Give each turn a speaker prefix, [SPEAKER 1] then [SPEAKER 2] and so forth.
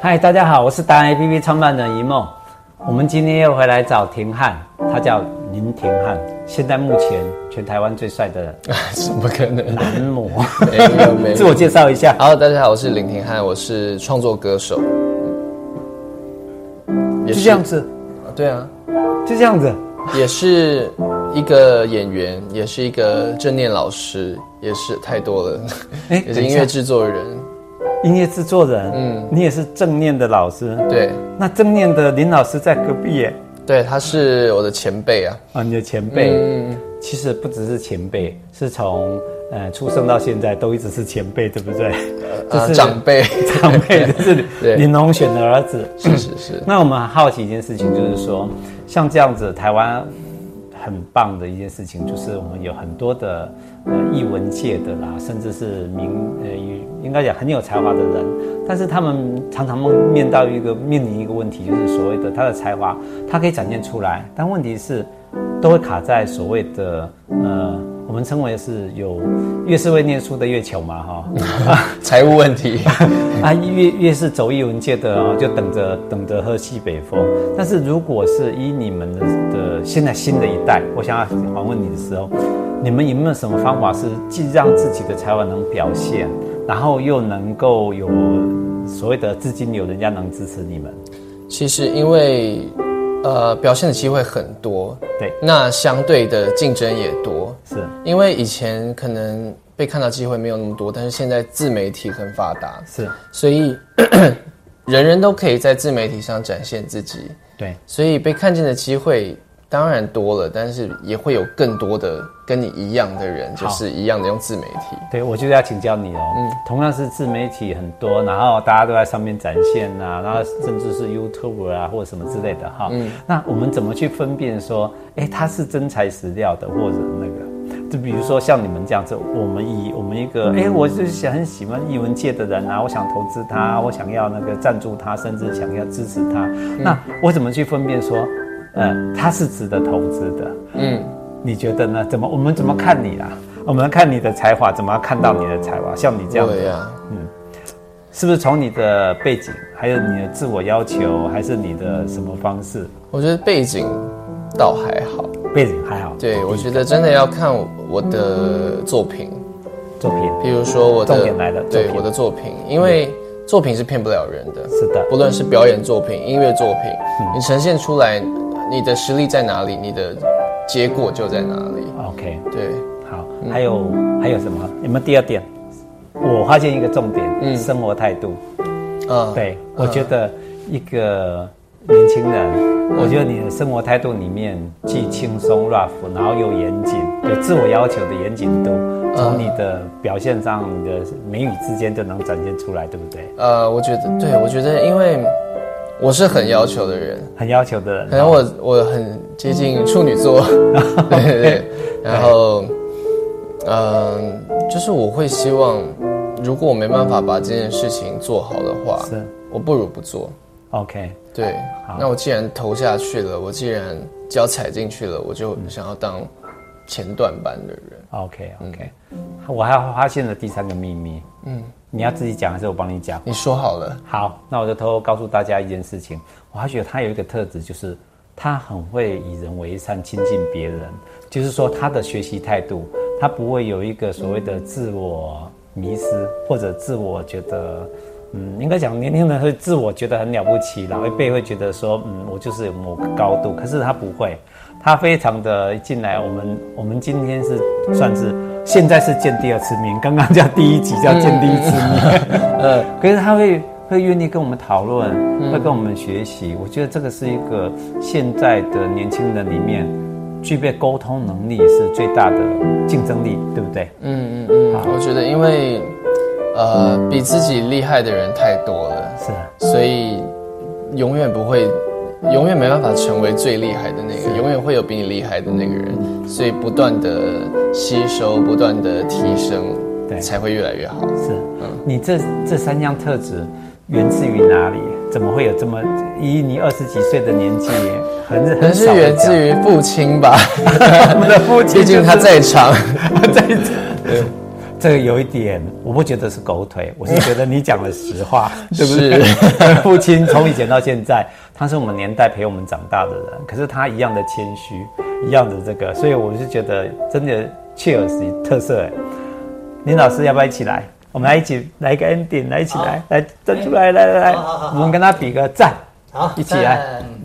[SPEAKER 1] 嗨，大家好，我是达人 APP 创办人一梦。我们今天又回来找廷汉，他叫林廷汉，现在目前全台湾最帅的
[SPEAKER 2] 怎么可能？
[SPEAKER 1] 男模。
[SPEAKER 2] 没有没有。
[SPEAKER 1] 自我介绍一下。
[SPEAKER 2] Hello，大家好，我是林廷汉，我是创作歌手。也
[SPEAKER 1] 就是这样，子，
[SPEAKER 2] 对啊，
[SPEAKER 1] 就这样子。
[SPEAKER 2] 也是一个演员，也是一个正念老师，也是太多了，
[SPEAKER 1] 哎
[SPEAKER 2] 也是音乐制作人。
[SPEAKER 1] 音乐制作人，嗯，你也是正念的老师。
[SPEAKER 2] 对
[SPEAKER 1] 那正念的林老师在隔壁耶，
[SPEAKER 2] 对，他是我的前辈啊。
[SPEAKER 1] 啊，你的前辈。
[SPEAKER 2] 嗯，
[SPEAKER 1] 其实不只是前辈，是从呃出生到现在都一直是前辈，对不对？就
[SPEAKER 2] 啊
[SPEAKER 1] 哦是
[SPEAKER 2] 长辈，
[SPEAKER 1] 长辈，就是
[SPEAKER 2] 对
[SPEAKER 1] 林隆选的儿子。
[SPEAKER 2] 是是是，
[SPEAKER 1] 那我们很好奇一件事情，就是说，像这样子，台湾很棒的一件事情，就是我们有很多的呃艺文界的啦，甚至是名呃应该讲很有才华的人，但是他们常常梦面到一个面临一个问题，就是所谓的他的才华，他可以展现出来，但问题是都会卡在所谓的呃。我们称为是有越是会念书的越穷嘛，哈、
[SPEAKER 2] 财务问题。
[SPEAKER 1] 啊，越越是走艺文界的哦，就等着等着喝西北风。但是如果是以你们的的现在新的一代，我想要访问你的时候，你们有没有什么方法是既让自己的才华能表现，然后又能够有所谓的资金有人家能支持你们？
[SPEAKER 2] 其实因为呃表现的机会很多，
[SPEAKER 1] 对，
[SPEAKER 2] 那相对的竞争也多，
[SPEAKER 1] 是
[SPEAKER 2] 因为以前可能被看到机会没有那么多，但是现在自媒体很发达，
[SPEAKER 1] 是，
[SPEAKER 2] 所以 人人都可以在自媒体上展现自己，
[SPEAKER 1] 对，
[SPEAKER 2] 所以被看见的机会当然多了，但是也会有更多的跟你一样的人，就是一样的用自媒体。
[SPEAKER 1] 对，我就是要请教你哦。同样是自媒体很多，然后大家都在上面展现啊，然后甚至是 YouTube 啊或者什么之类的哈。那我们怎么去分辨说，哎，它是真材实料的，或者那个？就比如说像你们这样子，我们以我们一个，
[SPEAKER 2] 嗯
[SPEAKER 1] 哎，我就是想很喜欢艺文界的人啊，我想投资
[SPEAKER 2] 嗯
[SPEAKER 1] 他，我想要那个赞助他，甚至想要支持他。那我怎么去分辨说，呃，他是值得投资的？
[SPEAKER 2] 嗯，
[SPEAKER 1] 你觉得呢？怎么我们怎么看你啦？我们看你的才华，怎么看到你的才华？像你这样，
[SPEAKER 2] 嗯对呀、啊
[SPEAKER 1] 是不是从你的背景，还有你的自我要求，还是你的什么方式？
[SPEAKER 2] 我觉得背景倒还好，
[SPEAKER 1] 背景还好，
[SPEAKER 2] 对我觉得真的要看我的作品。
[SPEAKER 1] 作品
[SPEAKER 2] 譬如说我的
[SPEAKER 1] 重点来了作
[SPEAKER 2] 对
[SPEAKER 1] 品
[SPEAKER 2] 我的作品，因为作品是骗不了人的，
[SPEAKER 1] 是的，
[SPEAKER 2] 不论是表演作品、音乐作品，你呈现出来，你的实力在哪里，你的结果就在哪里。
[SPEAKER 1] OK，
[SPEAKER 2] 对，
[SPEAKER 1] 好，还有还有什么？有没有第二点？我发现一个重点，生活态度。
[SPEAKER 2] 嗯，
[SPEAKER 1] 对，我觉得一个年轻人，我觉得你的生活态度里面既轻松 rough，然后又严谨，有自我要求的严谨度，从你的表现上，你的眉宇之间就能展现出来，对不对？
[SPEAKER 2] 呃，我觉得，对我觉得，因为我是很要求的人，
[SPEAKER 1] 很要求的人，
[SPEAKER 2] 可能我我很接近处女座，对对对，然后，嗯、就是我会希望，如果我没办法把这件事情做好的话，
[SPEAKER 1] 是
[SPEAKER 2] 我不如不做。
[SPEAKER 1] OK，
[SPEAKER 2] 对，那我既然投下去了，我既然脚踩进去了，我就想要当前段班的人。
[SPEAKER 1] OK
[SPEAKER 2] 嗯
[SPEAKER 1] OK，、我还发现了第三个秘密。嗯，你要自己讲还是我帮你讲？
[SPEAKER 2] 你说好了，
[SPEAKER 1] 好，那我就偷偷告诉大家一件事情，我还觉得他有一个特质，就是他很会以人为善，亲近别人。就是说，他的学习态度，他不会有一个所谓的自我迷失，或者自我觉得，嗯，应该讲年轻人会自我觉得很了不起，老一辈会觉得说，嗯，我就是有某个高度，可是他不会，他非常的进来。我们 我们今天是算是现在是见第二次面，刚刚叫第一集叫见第一次面。呃，可是他会会愿意跟我们讨论，
[SPEAKER 2] 嗯
[SPEAKER 1] 会跟我们学习。我觉得这个是一个现在的年轻人里面具备沟通能力是最大的竞争力，对不对？
[SPEAKER 2] 嗯嗯嗯，我觉得因为呃比自己厉害的人太多了，
[SPEAKER 1] 是啊
[SPEAKER 2] 所以永远不会，永远没办法成为最厉害的那个，永远会有比你厉害的那个人，所以不断的吸收，不断的提升，
[SPEAKER 1] 对
[SPEAKER 2] 才会越来越好。
[SPEAKER 1] 是。啊
[SPEAKER 2] 嗯
[SPEAKER 1] 你这这三项特质源自于哪里？怎么会有这么以你二十几岁的年纪，很
[SPEAKER 2] 可能
[SPEAKER 1] 很
[SPEAKER 2] 是
[SPEAKER 1] 少会
[SPEAKER 2] 源
[SPEAKER 1] 讲
[SPEAKER 2] 自于父亲吧，
[SPEAKER 1] 我们的父 亲，
[SPEAKER 2] 毕竟他在场。
[SPEAKER 1] 在这个有一点，我不觉得是狗腿，我是觉得你讲的实 话，对不
[SPEAKER 2] 是
[SPEAKER 1] 对？ 父亲从以前到现在，他是我们年代陪我们长大的人，可是他一样的谦虚，一样的这个，所以我是觉得真的切尔西特色哎。林老师要不要一起来？我们来一起来一个 ending，来一起来，来站出来，来来来
[SPEAKER 3] 好好好，好
[SPEAKER 1] 我们跟他比个赞，
[SPEAKER 3] 好，
[SPEAKER 1] 一起来
[SPEAKER 3] 赞。